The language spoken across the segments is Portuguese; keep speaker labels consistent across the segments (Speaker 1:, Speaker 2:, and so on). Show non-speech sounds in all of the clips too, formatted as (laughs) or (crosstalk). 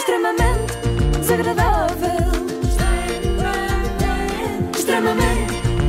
Speaker 1: extremamente desagradável. Extremamente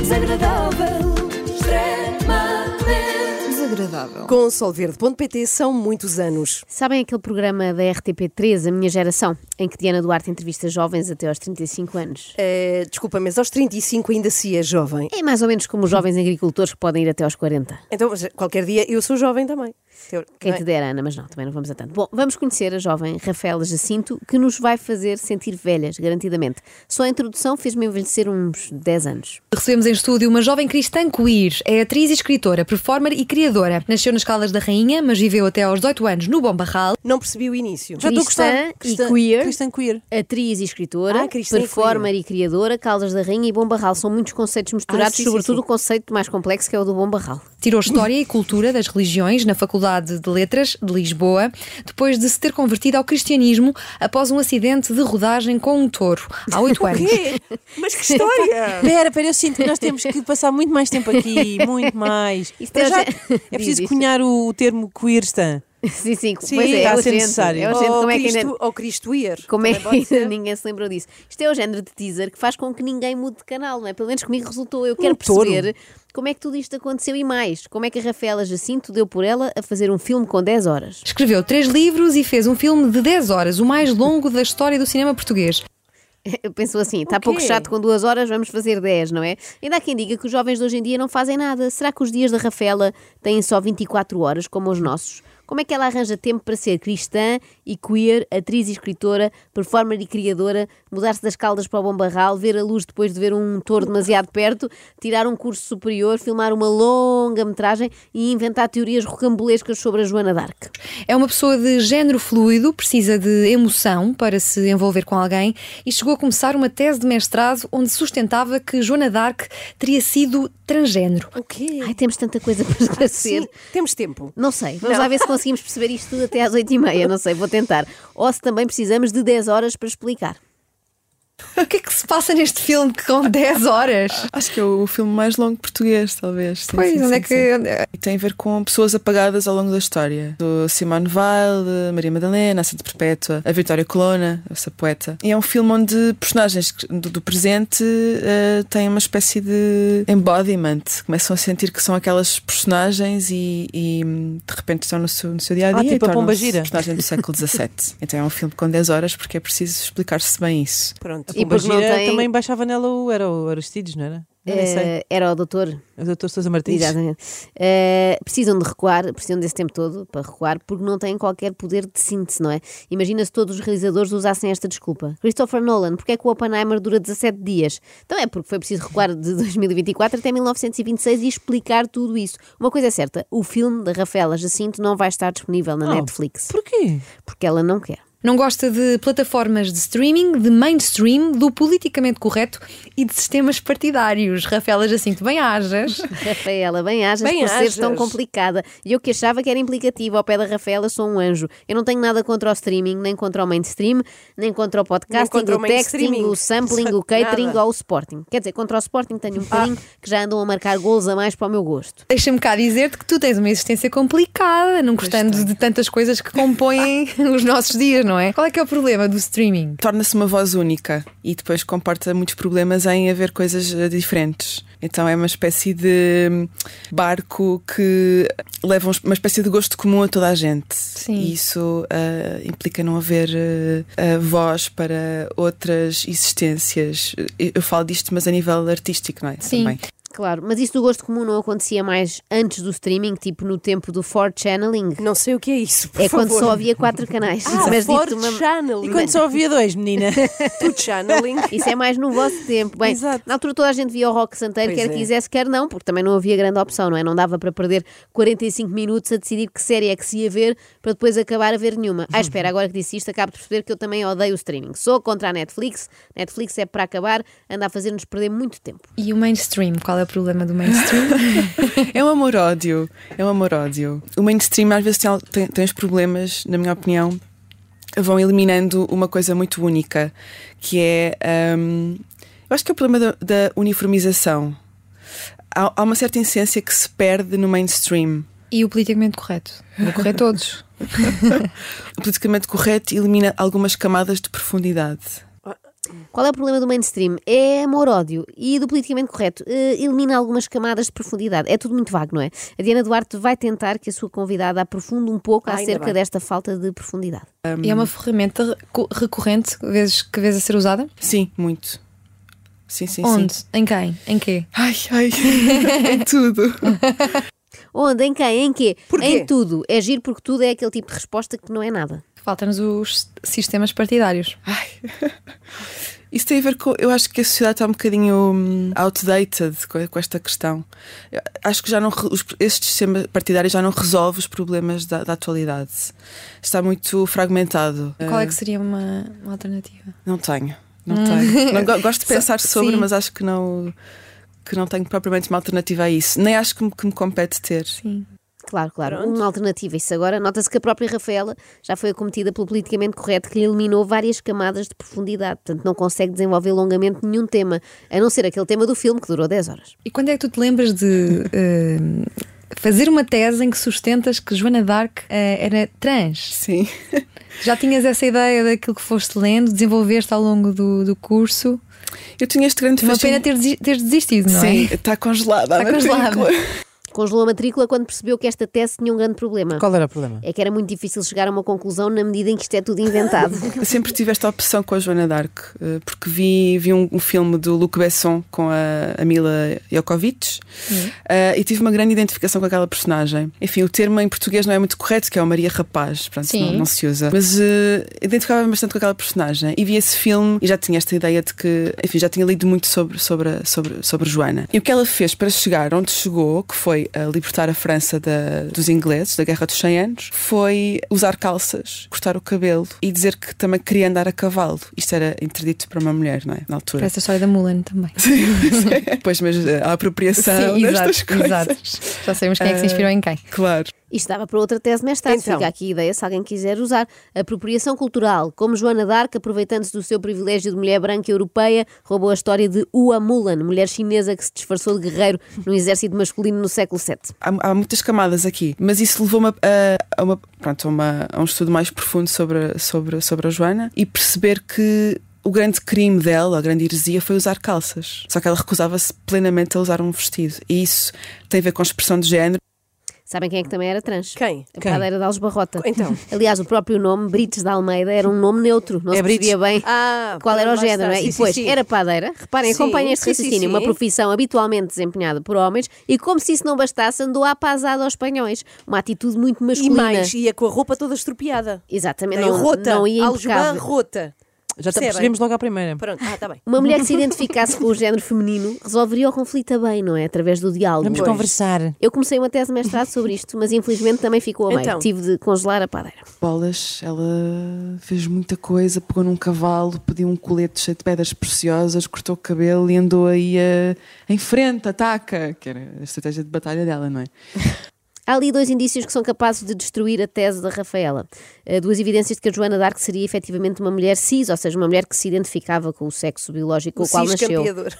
Speaker 1: desagradável. Extremamente desagradável.
Speaker 2: Com solverde.pt são muitos anos.
Speaker 3: Sabem aquele programa da RTP3, A Minha Geração, em que Diana Duarte entrevista jovens até aos 35 anos?
Speaker 2: Eh, desculpa, mas aos 35 ainda se é jovem.
Speaker 3: É mais ou menos como os jovens agricultores que podem ir até aos 40.
Speaker 2: Então, mas qualquer dia eu sou jovem também. Teo-
Speaker 3: Quem
Speaker 2: não é?
Speaker 3: te dera, Ana, mas não, também não vamos a tanto. Bom, vamos conhecer a jovem Rafaela Jacinto, que nos vai fazer sentir velhas, garantidamente. Só a introdução fez-me envelhecer uns 10 anos.
Speaker 4: Recebemos em estúdio uma jovem cristã queer. É atriz e escritora, performer e criadora. Nasceu nas Caldas da Rainha, mas viveu até aos 18 anos no Bom Barral.
Speaker 2: Não percebi o início.
Speaker 3: Já- estou a gostar. Cristã-
Speaker 5: Cristã
Speaker 3: cristã
Speaker 5: queer.
Speaker 3: Atriz e escritora,
Speaker 2: Ah, cristã e
Speaker 3: performer e criadora, Caldas da Rainha e Bom Barral. São muitos conceitos misturados,
Speaker 2: Ah, sim, sim,
Speaker 3: sobretudo
Speaker 2: sim.
Speaker 3: o conceito mais complexo que é o do Bom Barral. (laughs)
Speaker 4: Tirou História e Cultura das Religiões na Faculdade de Letras de Lisboa, depois de se ter convertido ao cristianismo após um acidente de rodagem com um touro, há 8 anos.
Speaker 5: (laughs)
Speaker 2: Mas que história!
Speaker 5: Pera, pera, eu sinto que nós temos que passar muito mais tempo aqui, muito mais.
Speaker 3: Isso
Speaker 5: Para
Speaker 3: é
Speaker 5: já,
Speaker 3: urgente.
Speaker 5: é preciso
Speaker 3: (laughs) Diz isto.
Speaker 5: cunhar o, o termo queerstã.
Speaker 3: Sim, sim, pois
Speaker 5: Sim,
Speaker 3: é,
Speaker 5: está
Speaker 3: é
Speaker 5: a ser
Speaker 3: urgente,
Speaker 5: necessário. Oh,
Speaker 3: É urgente,
Speaker 2: ou,
Speaker 3: como é que
Speaker 2: Cristo,
Speaker 3: ainda...
Speaker 2: ou Cristo ir.
Speaker 3: Como é que
Speaker 2: Também pode
Speaker 3: ainda (laughs)
Speaker 2: ser.
Speaker 3: ninguém se lembrou disso? Isto é o género de teaser que faz com que ninguém mude de canal, não é? Pelo menos comigo resultou.
Speaker 2: Um
Speaker 3: Eu quero
Speaker 5: touro.
Speaker 3: perceber como é que tudo isto aconteceu e mais. Como é que a Rafaela Jacinto deu por ela a fazer um filme com 10 horas?
Speaker 4: Escreveu três livros e fez um filme de 10 horas, o mais longo da história do cinema português.
Speaker 3: Eu (laughs) penso assim, está pouco
Speaker 2: quê?
Speaker 3: chato com duas horas, vamos fazer 10, não é? Ainda há quem diga que os jovens de hoje em dia não fazem nada. Será que os dias da Rafaela têm só 24 horas, como os nossos? Como é que ela arranja tempo para ser cristã e queer, atriz e escritora, performer e criadora, mudar-se das caldas para o bom barral, ver a luz depois de ver um touro demasiado perto, tirar um curso superior, filmar uma longa metragem e inventar teorias rocambolescas sobre a Joana d'Arc?
Speaker 4: É uma pessoa de género fluido, precisa de emoção para se envolver com alguém e chegou a começar uma tese de mestrado onde sustentava que Joana d'Arc teria sido transgénero.
Speaker 2: O quê?
Speaker 3: Ai, temos tanta coisa para esclarecer.
Speaker 2: (laughs) Sim, temos tempo.
Speaker 3: Não sei, vamos lá ver se conseguimos perceber isto tudo até às 8h30, não sei, vou tentar. Ou se também precisamos de 10 horas para explicar.
Speaker 4: O que é que se passa neste filme que com (laughs) 10 horas?
Speaker 6: Acho que é o filme mais longo português, talvez. Sim,
Speaker 4: Pois,
Speaker 6: sim,
Speaker 4: onde
Speaker 6: sim,
Speaker 4: é
Speaker 6: sim.
Speaker 4: que. onde é-
Speaker 6: E tem a ver com pessoas apagadas ao longo da história. Do Simone Weil, de Maria Madalena, a Santa Perpétua, a Vitória Colonna, essa poeta. E é um filme onde personagens que- do, do presente eh, têm uma espécie de embodiment. Começam a sentir que são aquelas personagens e, e, hum, de repente estão no seu, no seu dia a dia.
Speaker 5: Ah,
Speaker 6: e
Speaker 5: tipo a Pomba
Speaker 6: tornam-se
Speaker 5: Gira.
Speaker 6: Personagem do século XVII.
Speaker 5: (laughs)
Speaker 6: então é um filme com 10 horas porque é preciso explicar-se bem isso.
Speaker 5: Pronto.
Speaker 3: E
Speaker 5: A Pomba
Speaker 3: porque não
Speaker 5: Gira
Speaker 3: tem-
Speaker 5: também baixava nela o. Era o Aristides, não era? Eu nem sei.
Speaker 3: Eh, era o doutor,
Speaker 7: É
Speaker 5: O doutor Sousa Martins.
Speaker 3: exatamente. Eh, precisam de recuar, precisam desse tempo todo para recuar, porque não têm qualquer poder de síntese, não é? Imagina se todos os realizadores usassem esta desculpa. Christopher Nolan, porque é que o Oppenheimer dura 17 dias? Então é porque foi preciso recuar de (laughs) 2024 até 1926 e explicar tudo isso. Uma coisa é certa, o filme da Rafaela Jacinto não vai estar disponível na
Speaker 5: Oh,
Speaker 3: Netflix,
Speaker 5: Porquê?
Speaker 3: porque ela não quer.
Speaker 4: Não gosta de plataformas de streaming, de mainstream, do politicamente correto e de sistemas partidários. Rafaela Jacinto, bem ajas.
Speaker 3: Rafaela, (laughs) bem ajas
Speaker 2: Bem
Speaker 3: por
Speaker 2: ajas.
Speaker 3: ser tão complicada. E eu que achava que era implicativa. Ao pé da Rafaela sou um anjo. Eu não tenho nada contra o streaming, nem contra o mainstream, nem contra o
Speaker 2: Nem
Speaker 3: podcasting,
Speaker 2: contra
Speaker 3: o
Speaker 2: o
Speaker 3: texting,
Speaker 2: mainstreaming.
Speaker 3: o sampling,
Speaker 2: (laughs)
Speaker 3: o catering ou o Sporting. Quer dizer, contra o Sporting tenho um
Speaker 2: Ah.
Speaker 3: bocadinho que já andam a marcar golos a mais para o meu gosto.
Speaker 4: Deixa-me cá dizer-te que tu tens uma existência complicada, não gostando de tantas coisas que compõem (laughs) os nossos dias, não é? Qual é que é o problema do streaming?
Speaker 6: torna-se uma voz única e depois comporta muitos problemas em haver coisas eh, diferentes. Então é uma espécie de hum, barco que leva uns- uma espécie de gosto comum a toda a gente.
Speaker 4: Sim.
Speaker 6: E isso ah, implica não haver ah, ah, voz para outras existências. Eu- Eu falo disto, mas a nível artístico, não é?
Speaker 4: Sim.
Speaker 6: Também.
Speaker 3: Claro, mas isso do gosto comum não acontecia mais antes do streaming, tipo no tempo do 4channeling.
Speaker 2: Não sei o que é isso. Por
Speaker 3: É
Speaker 2: favor.
Speaker 3: quando só havia quatro canais. (laughs)
Speaker 2: Ah,
Speaker 3: mas
Speaker 2: for
Speaker 3: digo-te uma,
Speaker 2: channeling.
Speaker 5: E quando só havia dois,
Speaker 2: (laughs)
Speaker 5: menina?
Speaker 2: Tu channeling.
Speaker 3: Isso é mais no vosso tempo. Bem,
Speaker 5: Exato.
Speaker 3: na altura toda a gente via o rock santeiro,
Speaker 2: Pois
Speaker 3: quer
Speaker 2: é.
Speaker 3: quisesse, quer não, porque também não havia grande opção, não é? Não dava para perder 45 minutos a decidir que série é que se ia ver para depois acabar a ver nenhuma.
Speaker 2: Uhum.
Speaker 3: Ah, espera, agora que disse isto, acabo de perceber que eu também odeio o streaming. Sou contra a Netflix. Netflix é para acabar, anda a fazer-nos perder muito tempo.
Speaker 4: E o mainstream? Qual é o problema do (laughs) mainstream?
Speaker 6: É um amor-ódio. É um amor-ódio. O mainstream às vezes tem, al- tem, tem os problemas, na minha opinião, vão eliminando uma coisa muito única, que é. hum, eu acho que é o problema da, da uniformização. Há, há uma certa essência que se perde no mainstream.
Speaker 4: e o politicamente correto? Vou correr todos.
Speaker 6: O politicamente correto elimina algumas camadas de profundidade.
Speaker 3: Qual é o problema do mainstream? É amor-ódio e do politicamente correto. eh, elimina algumas camadas de profundidade. É tudo muito vago, não é? A Diana Duarte vai tentar que a sua convidada aprofunde um pouco
Speaker 2: Ah, ainda
Speaker 3: acerca
Speaker 2: bem.
Speaker 3: desta falta de profundidade.
Speaker 4: E é uma ferramenta recu- recorrente vezes, que vezes a ser usada?
Speaker 6: Sim, muito. Sim, sim,
Speaker 4: Onde?
Speaker 6: sim.
Speaker 4: Em quem? Em quê?
Speaker 6: Ai, ai, (laughs) em tudo.
Speaker 3: Onde? Oh, Em quem? Em quê?
Speaker 2: Porquê?
Speaker 3: Em tudo. É giro porque tudo é aquele tipo de resposta que não é nada.
Speaker 4: Faltam-nos os sistemas partidários.
Speaker 6: Isso tem a ver com. Eu acho que a sociedade está um bocadinho hum, outdated co- com esta questão. Eu acho que já não. re- Os, este sistema partidário já não resolve os problemas da, da atualidade. Está muito fragmentado. Eh,
Speaker 4: Qual é que seria uma, uma alternativa?
Speaker 6: Não tenho. Não tenho. Não go-
Speaker 4: (laughs)
Speaker 6: gosto de pensar sobre,
Speaker 4: Hum. sim.
Speaker 6: mas acho que não. Que não tenho propriamente uma alternativa a isso. Nem acho que me, que me compete ter.
Speaker 4: Sim.
Speaker 3: Claro, claro. Uma alternativa. é Isso agora, nota-se que a própria Rafaela já foi acometida pelo politicamente correto que lhe eliminou várias camadas de profundidade. Portanto, não consegue desenvolver longamente nenhum tema, a não ser aquele tema do filme que durou 10 horas.
Speaker 4: E quando é que tu te lembras de eh, fazer uma tese em que sustentas que Joana Dark eh, era trans?
Speaker 6: Sim.
Speaker 4: Já tinhas essa ideia daquilo que foste lendo, desenvolveste ao longo do, do curso?
Speaker 6: Eu tinha este grande
Speaker 4: Uma
Speaker 6: fascínio-
Speaker 4: pena ter, desi- ter desistido, não
Speaker 6: Sim,
Speaker 4: é?
Speaker 6: está congelada. a
Speaker 4: Está congelada.
Speaker 6: matrícula.
Speaker 3: Congelou a matrícula quando percebeu que esta tese tinha um grande problema.
Speaker 7: Qual era o problema?
Speaker 3: É que era muito difícil chegar a uma conclusão na medida em que isto é tudo inventado.
Speaker 6: Eu sempre tive esta opção com a Joana Dark, eh, porque vi, vi um, um filme do Luc Besson com a, a Mila Jokovic eh, e tive uma grande identificação com aquela personagem. Enfim, o termo em português não é muito correto, que é o Maria Rapaz, pronto,
Speaker 4: Sim.
Speaker 6: não, não se usa. Mas eh, identificava-me bastante com aquela personagem e vi esse filme e já tinha esta ideia de que, enfim, já tinha lido muito sobre, sobre, a- sobre, sobre Joana. E o que ela fez para chegar onde chegou, que foi a libertar a França da- dos ingleses, da Guerra dos 100 Anos, foi usar calças, cortar o cabelo e dizer que também queria andar a cavalo. Isto era interdito para uma mulher, não é? Na altura.
Speaker 4: Parece a história da Mulan também.
Speaker 6: (laughs) Pois, mas eh, a apropriação destas coisas.
Speaker 4: exato. Já sabemos quem é que se inspirou em quem.
Speaker 6: Claro.
Speaker 3: Isto dava para outra tese de mestrado.
Speaker 2: Então.
Speaker 3: Fica aqui a ideia, se alguém quiser usar. Apropriação cultural. Como Joana d'Arc, aproveitando-se do seu privilégio de mulher branca europeia, roubou a história de Hua Mulan, mulher chinesa que se disfarçou de guerreiro no exército masculino no século VII.
Speaker 6: há, há muitas camadas aqui, mas isso levou-me a, a- a uma- pronto, a uma- a um estudo mais profundo sobre, a- sobre, a- sobre a Joana e perceber que o grande crime dela, a grande heresia, foi usar calças. Só que ela recusava-se plenamente a usar um vestido. E isso tem a ver com a expressão de género.
Speaker 3: Sabem quem é que também era trans?
Speaker 2: Quem?
Speaker 3: A bocada era de Alves Barrota.
Speaker 2: Então.
Speaker 3: (laughs) Aliás, o próprio nome, Brites da Almeida, era um nome neutro. Não
Speaker 5: É
Speaker 3: se
Speaker 5: Brites.
Speaker 3: percebia bem.
Speaker 2: Ah,
Speaker 3: Qual era o
Speaker 2: lá está.
Speaker 3: género, não é?
Speaker 2: Sim,
Speaker 3: e
Speaker 2: sim,
Speaker 3: depois,
Speaker 2: sim.
Speaker 3: era padeira. Reparem,
Speaker 2: Sim,
Speaker 3: acompanhem este
Speaker 2: sim, sim,
Speaker 3: raciocínio. Uma
Speaker 2: sim.
Speaker 3: profissão habitualmente desempenhada por homens e, como se isso não bastasse, andou à pasada aos espanhóis. Uma atitude muito
Speaker 2: E
Speaker 3: masculina.
Speaker 2: mais, ia com a roupa toda estropiada.
Speaker 3: Exatamente.
Speaker 2: Tem
Speaker 3: Não,
Speaker 2: rota,
Speaker 3: não ia
Speaker 2: algemã
Speaker 3: impecável.
Speaker 2: rota.
Speaker 7: Já tá-
Speaker 2: Percebem?
Speaker 7: percebemos logo à primeira.
Speaker 2: Pronto, ah, está bem.
Speaker 3: Uma mulher que se identificasse com o género feminino resolveria o conflito bem, não é? Através do diálogo.
Speaker 7: Vamos conversar.
Speaker 3: Eu comecei uma tese de mestrado sobre isto, mas infelizmente também ficou a meio.
Speaker 2: Então.
Speaker 3: Tive de congelar a padeira.
Speaker 6: Bolas, ela fez muita coisa, pegou num cavalo, pediu um colete cheio de pedras preciosas, cortou o cabelo e andou aí a, em frente, ataca, que era a estratégia de batalha dela, não é?
Speaker 3: Há ali dois indícios que são capazes de destruir a tese da Rafaela. Eh, Duas evidências de que a Joana D'Arc seria efetivamente uma mulher cis, ou seja, uma mulher que se identificava com o sexo biológico com o qual
Speaker 2: Cis
Speaker 3: nasceu.
Speaker 2: campeador.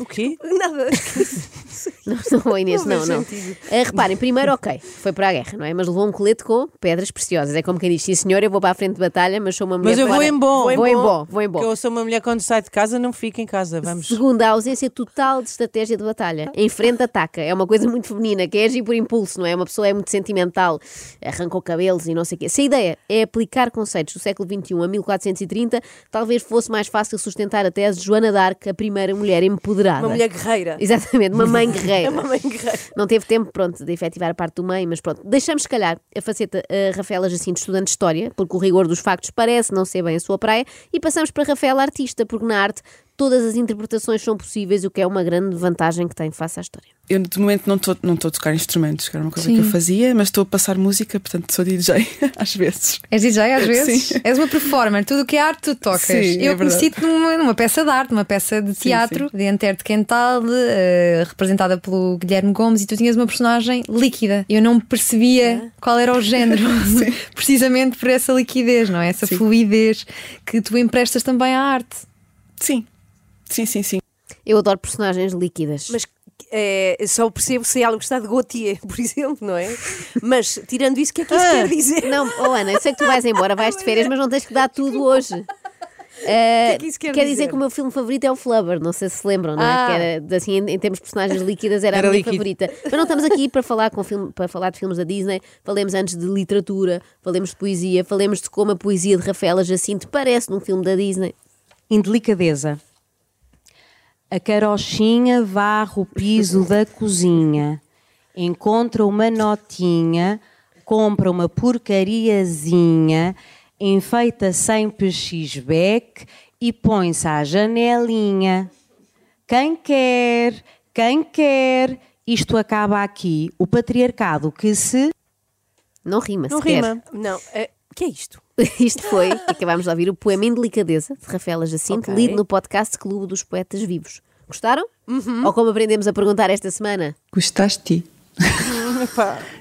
Speaker 7: O quê?
Speaker 2: Nada.
Speaker 3: (laughs) Não, Inês,
Speaker 2: Não
Speaker 3: não,
Speaker 2: faz
Speaker 3: não.
Speaker 2: sentido.
Speaker 3: Eh, reparem, primeiro, ok, foi para a guerra, não é? Mas levou um colete com pedras preciosas. É como quem diz, sim senhor, eu vou para a frente de batalha, mas sou uma mulher...
Speaker 7: Mas eu vou
Speaker 3: fora-
Speaker 7: em bom.
Speaker 3: Vou em bom, vou em bom.
Speaker 7: Porque eu sou uma mulher quando sai de casa, não fica em casa. Vamos.
Speaker 3: Segundo, a ausência total de estratégia de batalha. Enfrenta, ataca. É uma coisa muito feminina, que é agir por impulso, não é? Uma pessoa é muito sentimental, arrancou cabelos e não sei o quê. Se a ideia é aplicar conceitos do século XXI a 1430, talvez fosse mais fácil sustentar a tese de Joana d'Arc, a primeira mulher empoderada.
Speaker 2: Uma mulher guerreira.
Speaker 3: Exatamente, uma mãe guerreira.
Speaker 2: É (laughs) uma mãe guerreira.
Speaker 3: Não teve tempo, pronto, de efetivar a parte do meio, mas pronto. Deixamos, se calhar, a faceta a Rafaela Jacinto, estudante de História, porque o rigor dos factos parece não ser bem a sua praia, e passamos para Rafaela Artista, porque na arte todas as interpretações são possíveis, o que é uma grande vantagem que tem face à história.
Speaker 6: Eu de momento não estou não estou a tocar instrumentos, que era uma coisa que eu fazia, mas estou a passar música, portanto sou DJ (laughs) às vezes.
Speaker 4: És DJ às vezes?
Speaker 6: Sim.
Speaker 4: És uma performer, tudo o que é arte tu tocas.
Speaker 6: Sim,
Speaker 4: eu
Speaker 6: é verdade.
Speaker 4: conheci-te numa, numa peça de arte, numa peça de teatro de Antero de Quental, eh, representada pelo Guilherme Gomes, e tu tinhas uma personagem líquida. Eu não percebia qual era o
Speaker 6: (laughs)
Speaker 4: género, (laughs) precisamente por essa liquidez, não é? Essa fluidez que tu emprestas também à arte.
Speaker 6: Sim, sim, sim, sim.
Speaker 3: Eu adoro personagens líquidas.
Speaker 2: Mas eh, só percebo se ela gostar de Gautier, (laughs) por exemplo, não é? Mas, tirando isso, o que é que
Speaker 3: Ah,
Speaker 2: isso quer dizer? (laughs)
Speaker 3: Não, oh Ana, eu sei que tu vais embora, vais de férias, mas não tens que dar tudo hoje. Ah,
Speaker 2: é que isso quer
Speaker 3: dizer
Speaker 2: dizer?
Speaker 3: que o meu filme favorito é o Flubber, não sei se se lembram, não é?
Speaker 2: Ah.
Speaker 3: Que era, de- assim, em, em termos de personagens líquidas, era,
Speaker 7: Era
Speaker 3: a minha
Speaker 7: líquido.
Speaker 3: favorita. Mas não estamos aqui para falar, com filme, para falar de filmes da Disney, falemos antes de literatura, falemos de poesia, falemos de como a poesia de Rafaela Jacinto parece num filme da Disney.
Speaker 8: Indelicadeza. A carochinha varre o piso da cozinha, encontra uma notinha, compra uma porcariazinha, enfeita sem pechisbeck e põe-se à janelinha. Quem quer, quem quer, isto acaba aqui. O patriarcado que se
Speaker 3: Não rima,
Speaker 7: Não
Speaker 3: sequer.
Speaker 7: rima.
Speaker 2: Não, eh, o que é isto?
Speaker 3: (laughs) Isto foi, acabámos de ouvir o poema em delicadeza de Rafaela Jacinto,
Speaker 2: Ok.
Speaker 3: lido no podcast Clube dos Poetas Vivos. Gostaram?
Speaker 2: Uhum.
Speaker 3: Ou como aprendemos a perguntar esta semana?
Speaker 9: Gostaste?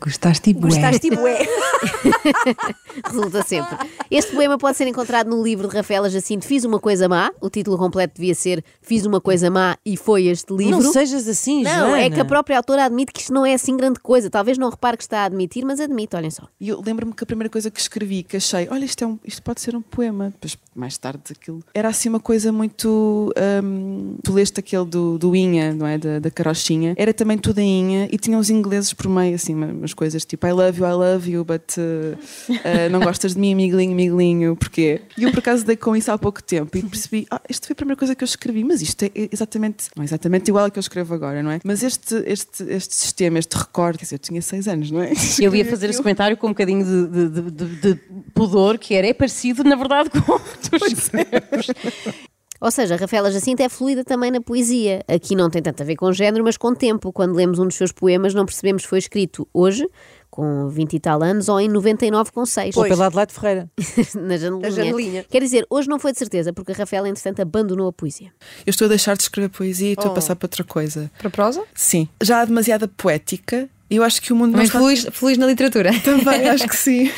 Speaker 9: Gostaste bué.
Speaker 2: Gostaste tipo é.
Speaker 3: (laughs) Resulta sempre. Este poema pode ser encontrado no livro de Rafaela Jacinto Fiz Uma Coisa Má. O título completo devia ser Fiz Uma Coisa Má e foi este livro.
Speaker 7: Não sejas assim,
Speaker 3: Não,
Speaker 7: Joana.
Speaker 3: é que a própria autora admite que isto não é assim grande coisa. Talvez não repare que está a admitir, mas admite, olhem só.
Speaker 6: E eu lembro-me que a primeira coisa que escrevi, que achei, olha, isto, é um- isto pode ser um poema. Depois, mais tarde, aquilo. Era assim uma coisa muito. hum, tu leste aquele do, do Inha, não é? Da, da carochinha. Era também tudo em Inha e tinha uns ingleses por meio, assim, uma- umas coisas tipo I love you, I love you, but uh, uh, não gostas de mim, miguelinho, miguelinho, porquê? E eu por acaso dei com isso há pouco tempo e percebi, ah, isto foi a primeira coisa que eu escrevi, mas isto é exatamente, não é exatamente igual ao que eu escrevo agora, não é? Mas este, este, este sistema, este recorde, quer dizer, eu tinha seis anos, não é?
Speaker 8: Eu ia fazer esse comentário com um bocadinho de, de- de- de- de pudor, que era, é parecido, na verdade, com o que tu escreves.
Speaker 3: Ou seja, Rafaela Jacinto é fluida também na poesia. Aqui não tem tanto a ver com género, mas com tempo. Quando lemos um dos seus poemas, não percebemos se foi escrito hoje, com 20 e tal anos, ou em 99 com 6.
Speaker 7: Ou pela Adelaide Ferreira.
Speaker 3: (laughs) Na janelinha.
Speaker 2: Na janelinha.
Speaker 3: Quer dizer, hoje não foi de certeza, porque a Rafaela, entretanto, abandonou a poesia.
Speaker 6: Eu estou a deixar de escrever poesia e estou a passar para outra coisa.
Speaker 4: Para prosa?
Speaker 6: Sim. Já há demasiada poética e eu acho que o mundo
Speaker 4: Mas
Speaker 6: não
Speaker 4: feliz, feliz na literatura.
Speaker 6: (laughs)
Speaker 4: (laughs)
Speaker 6: Também, acho que sim.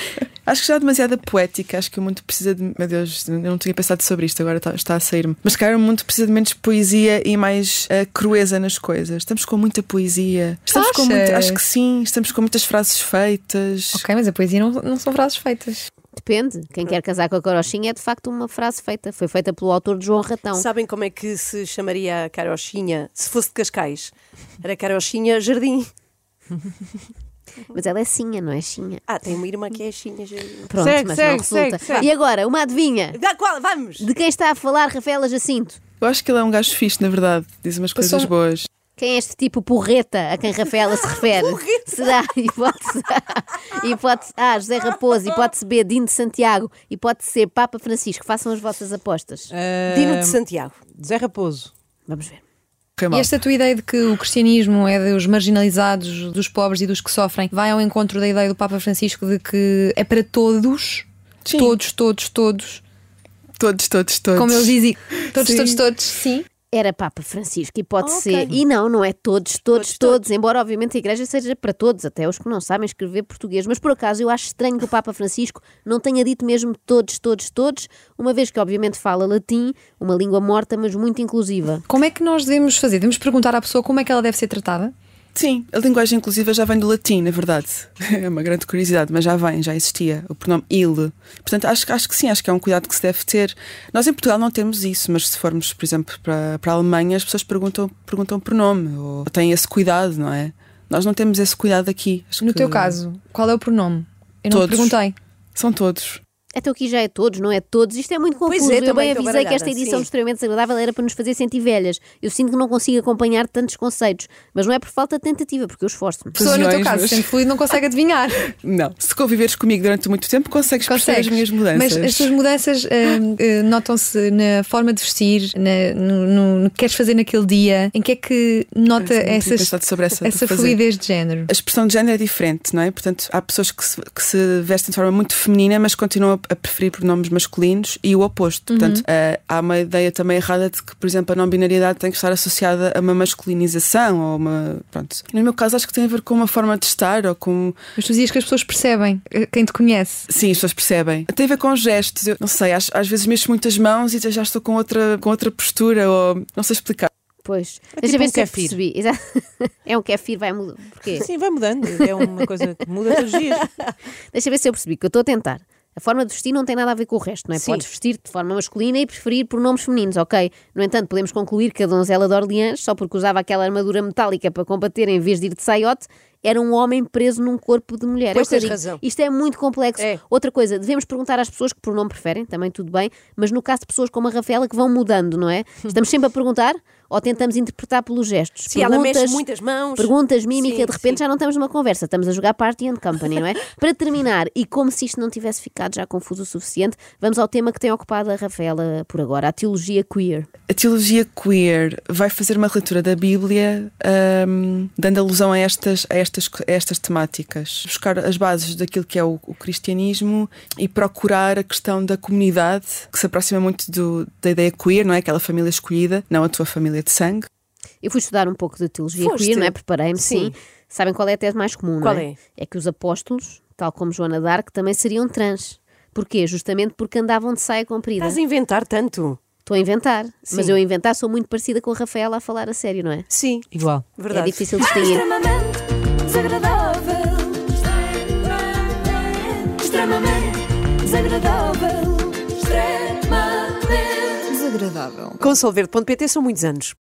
Speaker 6: Acho que já há demasiada poética, acho que o mundo precisa de. Meu Deus, eu não tinha pensado sobre isto, agora está, está a sair-me. Mas, cara, o mundo precisa de menos poesia e mais ah, crueza nas coisas. Estamos com muita poesia. Estamos com
Speaker 4: Achas?
Speaker 6: muita. Acho que sim, estamos com muitas frases feitas.
Speaker 4: Ok, mas a poesia não, não são frases feitas.
Speaker 3: Depende. Quem quer casar com a carochinha é, de facto, uma frase feita. Foi feita pelo autor de João Ratão.
Speaker 2: Sabem como é que se chamaria a carochinha se fosse de Cascais? Era carochinha jardim.
Speaker 3: Mas ela é Sinha, não é Xinha.
Speaker 2: Ah, tem uma irmã que é Xinha jardim.
Speaker 3: Pronto,
Speaker 7: Segue,
Speaker 3: mas não
Speaker 7: segue,
Speaker 3: resulta.
Speaker 7: segue, segue.
Speaker 3: E agora, uma adivinha.
Speaker 2: Da qual? Vamos!
Speaker 3: De quem está a falar Rafaela Jacinto?
Speaker 6: Eu acho que ele é um gajo fixe, na verdade. Diz umas coisas
Speaker 4: sou-
Speaker 6: boas.
Speaker 3: Quem é este tipo porreta a quem
Speaker 7: (laughs)
Speaker 3: Rafaela se refere? Será (laughs) hipótese A, hipótese A, José Raposo, hipótese B, Dino de Santiago, hipótese C, Papa Francisco. Façam as vossas apostas.
Speaker 7: Eh.
Speaker 3: um,
Speaker 2: Dino de Santiago.
Speaker 7: Zé
Speaker 3: (laughs)
Speaker 7: Raposo.
Speaker 3: Vamos ver.
Speaker 4: E
Speaker 6: Correu mal.
Speaker 4: esta tua ideia de que o cristianismo é dos marginalizados, dos pobres e dos que sofrem, vai ao encontro da ideia do Papa Francisco de que é para todos,
Speaker 6: Sim.
Speaker 4: todos, todos, todos,
Speaker 6: Todos, todos, todos.
Speaker 4: como eles dizem, todos,
Speaker 6: Sim.
Speaker 4: todos, todos, sim.
Speaker 3: Era Papa Francisco, hipótese C. E não, não é todos, todos, todos, embora obviamente a igreja seja para todos, até os que não sabem escrever português. Mas por acaso eu acho estranho que o Papa Francisco não tenha dito mesmo todos, todos, todos, uma vez que obviamente fala latim, uma língua morta, mas muito inclusiva.
Speaker 4: Como é que nós devemos fazer? Devemos perguntar à pessoa como é que ela deve ser tratada?
Speaker 6: Sim, a linguagem inclusiva já vem do latim, na verdade. (laughs) É uma grande curiosidade, mas já vem, já existia o pronome il. Portanto, acho, que- acho que sim, acho que é um cuidado que se deve ter. Nós em Portugal não temos isso, mas se formos, por exemplo, para, para a Alemanha, as pessoas perguntam, perguntam pronome ou têm esse cuidado, não é? Nós não temos esse cuidado aqui. Acho
Speaker 4: No
Speaker 6: que
Speaker 4: teu caso, qual é o pronome? Eu não te
Speaker 6: Todos.
Speaker 4: perguntei.
Speaker 6: São todos.
Speaker 3: Até aqui já é todos, não é todos. Isto é muito
Speaker 2: Pois é,
Speaker 3: confuso. eu
Speaker 2: também
Speaker 3: bem
Speaker 2: estou
Speaker 3: avisei que esta
Speaker 2: baralhada,
Speaker 3: edição
Speaker 2: sim.
Speaker 3: extremamente desagradável era para nos fazer sentir velhas. Eu sinto que não consigo acompanhar tantos conceitos, mas não é por falta de tentativa, porque eu esforço-me.
Speaker 4: A pessoa, no teu
Speaker 6: Pois,
Speaker 4: caso,
Speaker 6: mas-
Speaker 4: sendo fluido, não consegue
Speaker 6: (laughs)
Speaker 4: adivinhar.
Speaker 6: Não. Se conviveres comigo durante muito tempo, consegues, perceber as minhas mudanças.
Speaker 4: Mas as tuas mudanças hum, eh, notam-se na forma de vestir, na- no, no- no que queres fazer naquele dia, em que é que nota
Speaker 6: Não tinha
Speaker 4: essas,
Speaker 6: pensado sobre essa,
Speaker 4: essa
Speaker 6: de fazer.
Speaker 4: fluidez de género?
Speaker 6: a expressão de género é diferente, não é? Portanto, há pessoas que se, que se vestem de forma muito feminina, mas continuam a preferir pronomes masculinos e o oposto. Portanto, eh, há uma ideia também errada de que, por exemplo, a não-binariedade tem que estar associada a uma masculinização ou uma. Pronto. No meu caso, acho que tem a ver com uma forma de estar ou com.
Speaker 4: Mas tu dizias que as pessoas percebem, eh, quem te conhece.
Speaker 6: Sim, as pessoas percebem. Tem a ver com gestos. Eu não sei, às, às vezes mexo muitas mãos e já estou com outra, com outra postura ou. Não sei explicar.
Speaker 3: Pois.
Speaker 5: tipo
Speaker 3: Deixa ver
Speaker 5: um
Speaker 3: se eu
Speaker 5: kefir.
Speaker 3: percebi. (laughs) Exato. É um kefir, vai mudar. Porquê?
Speaker 5: Sim, vai mudando. É uma coisa que muda todos os dias.
Speaker 3: Deixa ver se eu percebi, que eu estou a tentar. A forma de vestir não tem nada a ver com o resto, não é?
Speaker 2: Sim.
Speaker 3: Podes vestir de forma masculina e preferir pronomes femininos, ok? No entanto, podemos concluir que a donzela de Orleans, só porque usava aquela armadura metálica para combater em vez de ir de saiote, era um homem preso num corpo de mulher.
Speaker 2: Pois
Speaker 3: É o que eu
Speaker 2: tens
Speaker 3: digo.
Speaker 2: razão.
Speaker 3: Isto é muito complexo.
Speaker 2: É.
Speaker 3: Outra coisa, devemos perguntar às pessoas que pronome preferem, também tudo bem, mas no caso de pessoas como a Rafaela que vão mudando,
Speaker 2: (laughs)
Speaker 3: não é? Estamos sempre a perguntar ou tentamos interpretar pelos gestos?
Speaker 2: Se ela mexe
Speaker 3: Perguntas-
Speaker 2: muitas mãos.
Speaker 3: Perguntas, mímica,
Speaker 2: Sim,
Speaker 3: de repente
Speaker 2: sim.
Speaker 3: já não estamos numa conversa, estamos a jogar Party and Company,
Speaker 2: (laughs)
Speaker 3: não é? Para terminar, e como se isto não tivesse ficado já confuso o suficiente, vamos ao tema que tem ocupado a Rafaela por agora, a teologia queer.
Speaker 6: A teologia queer vai fazer uma releitura da Bíblia, ahm, dando alusão a estas, a, estas, a estas temáticas. Buscar as bases daquilo que é o, o cristianismo e procurar a questão da comunidade, que se aproxima muito do- da ideia queer, não é? Aquela família escolhida, não a tua família de sangue.
Speaker 3: Eu fui estudar um pouco de teologia
Speaker 2: Foste?
Speaker 3: queer, não é? Preparei-me, sim.
Speaker 2: Sim.
Speaker 3: Sabem qual é a tese mais comum,
Speaker 2: Qual
Speaker 3: não é?
Speaker 2: é?
Speaker 3: que os apóstolos, tal como Joana d'Arc, também seriam trans. Porquê? Justamente porque andavam de saia comprida.
Speaker 2: Estás a inventar tanto.
Speaker 3: Estou a inventar, mas
Speaker 2: Sim.
Speaker 3: eu a inventar sou muito parecida com a Rafaela a falar a sério, não é?
Speaker 2: Sim,
Speaker 7: Igual.
Speaker 2: verdade.
Speaker 3: É difícil distinguir.
Speaker 1: Extremamente desagradável. Extremamente desagradável. Extremamente desagradável.
Speaker 2: Consolverde.pt são muitos anos.